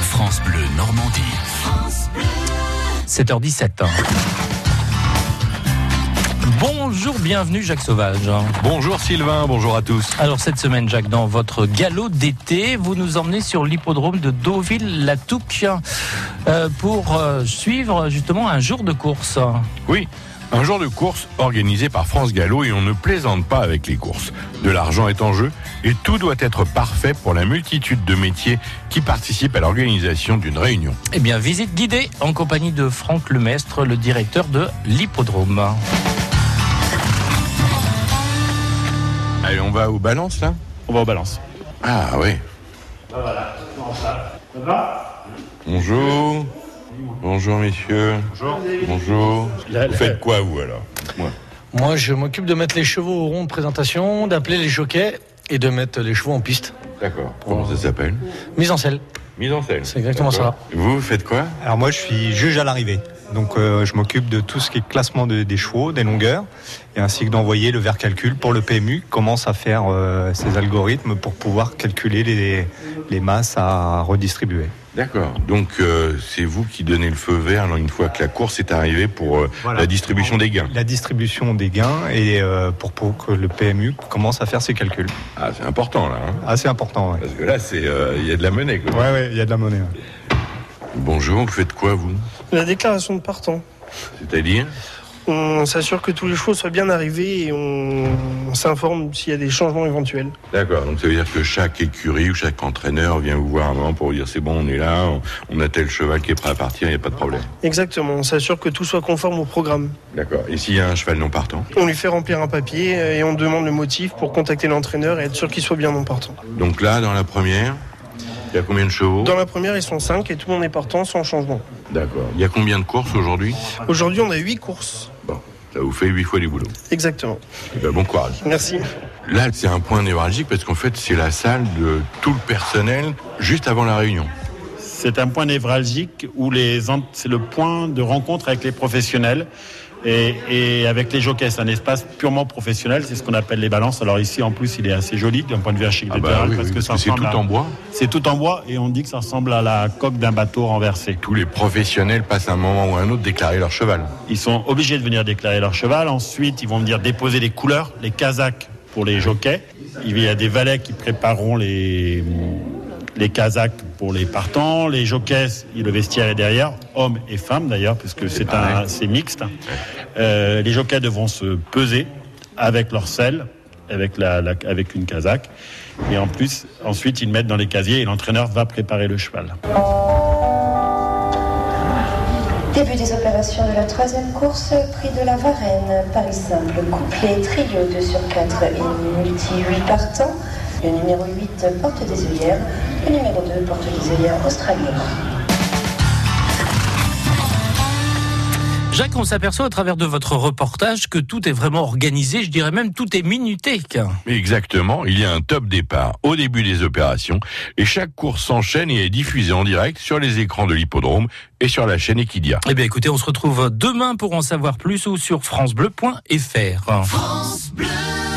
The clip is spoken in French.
France Bleu Normandie. 7h17. Bonjour, bienvenue Jacques Sauvage. Bonjour Sylvain, bonjour à tous. Alors cette semaine Jacques, dans votre galop d'été, vous nous emmenez sur l'hippodrome de Deauville-la-Touque euh, pour euh, suivre justement un jour de course. Oui, un jour de course organisé par France Gallo et on ne plaisante pas avec les courses. De l'argent est en jeu et tout doit être parfait pour la multitude de métiers qui participent à l'organisation d'une réunion. Eh bien, visite guidée en compagnie de Franck Lemestre, le directeur de l'hippodrome. Allez, on va aux balances là On va aux balances. Ah oui. Bonjour. Bonjour messieurs. Bonjour. Bonjour. Vous faites quoi vous alors Moi. Moi, je m'occupe de mettre les chevaux au rond de présentation, d'appeler les jockeys et de mettre les chevaux en piste. D'accord. Comment ça s'appelle Mise en selle. Mise en scène. C'est exactement D'accord. Vous faites quoi Alors moi, je suis juge à l'arrivée. Donc euh, je m'occupe de tout ce qui est classement de- des chevaux, des longueurs, et ainsi que d'envoyer le vert calcul pour le PMU, qui commence à faire euh, ses algorithmes pour pouvoir calculer les, les masses à redistribuer. D'accord. Donc euh, c'est vous qui donnez le feu vert alors, une fois que la course est arrivée pour euh, Voilà. la distribution des gains. La distribution des gains et euh, pour, pour que le PMU commence à faire ses calculs. Ah c'est important là. hein. Assez important, ouais. Parce que là c'est euh, il y a de la monnaie. Quoi. Ouais, ouais, il y a de la monnaie. ouais. Bonjour. Vous faites quoi vous La déclaration de partant. C'est-à-dire On s'assure que tous les chevaux soient bien arrivés et on, on s'informe s'il y a des changements éventuels. D'accord, donc ça veut dire que chaque écurie ou chaque entraîneur vient vous voir avant pour vous dire c'est bon, on est là, on, on a tel cheval qui est prêt à partir, il n'y a pas de problème. Exactement, on s'assure que tout soit conforme au programme. D'accord, et s'il y a un cheval non partant On lui fait remplir un papier euh, et on demande le motif pour contacter l'entraîneur et être sûr qu'il soit bien non partant. Donc là, dans la première, il y a combien de chevaux Dans la première, ils sont 5 et tout le monde est partant sans changement. D'accord, il y a combien de courses aujourd'hui Aujourd'hui, on a 8 courses. Bon, ça vous fait huit fois du boulot. Exactement. Eh ben, bon courage. Merci. Là, c'est un point névralgique parce qu'en fait, c'est la salle de tout le personnel juste avant la réunion. C'est un point névralgique où les ent- c'est le point de rencontre avec les professionnels et, et avec les jockeys. C'est un espace purement professionnel, c'est ce qu'on appelle les balances. Alors ici, en plus, il est assez joli d'un point de vue architectural Ah bah oui, oui, parce que c'est ressemble tout à- en bois. C'est tout en bois et on dit que ça ressemble à la coque d'un bateau renversé. Tous les professionnels passent un moment ou un autre déclarer leur cheval. Ils sont obligés de venir déclarer leur cheval. Ensuite, ils vont venir déposer les couleurs, les casaques pour les jockeys. Il y a des valets qui prépareront les, les casaques pour les partants. Les jockeys, et le vestiaire est derrière, hommes et femmes d'ailleurs, puisque c'est un, c'est mixte. Euh, les jockeys devront se peser avec leur selle, avec, la, la- avec une casaque. Et en plus, ensuite, ils mettent dans les casiers et l'entraîneur va préparer le cheval. Début des opérations de la troisième course, prix de la Varenne, Paris simple, couplet, trio 2 sur 4 et multi 8 partants. Le numéro 8 porte des œillères, le numéro 2 porte des œillères australiennes. Jacques, on s'aperçoit à travers de votre reportage que tout est vraiment organisé, je dirais même tout est minuté. Exactement, il y a un top départ au début des opérations et chaque course s'enchaîne et est diffusée en direct sur les écrans de l'hippodrome et sur la chaîne Equidia. Eh bien écoutez, on se retrouve demain pour en savoir plus ou sur francebleu.fr.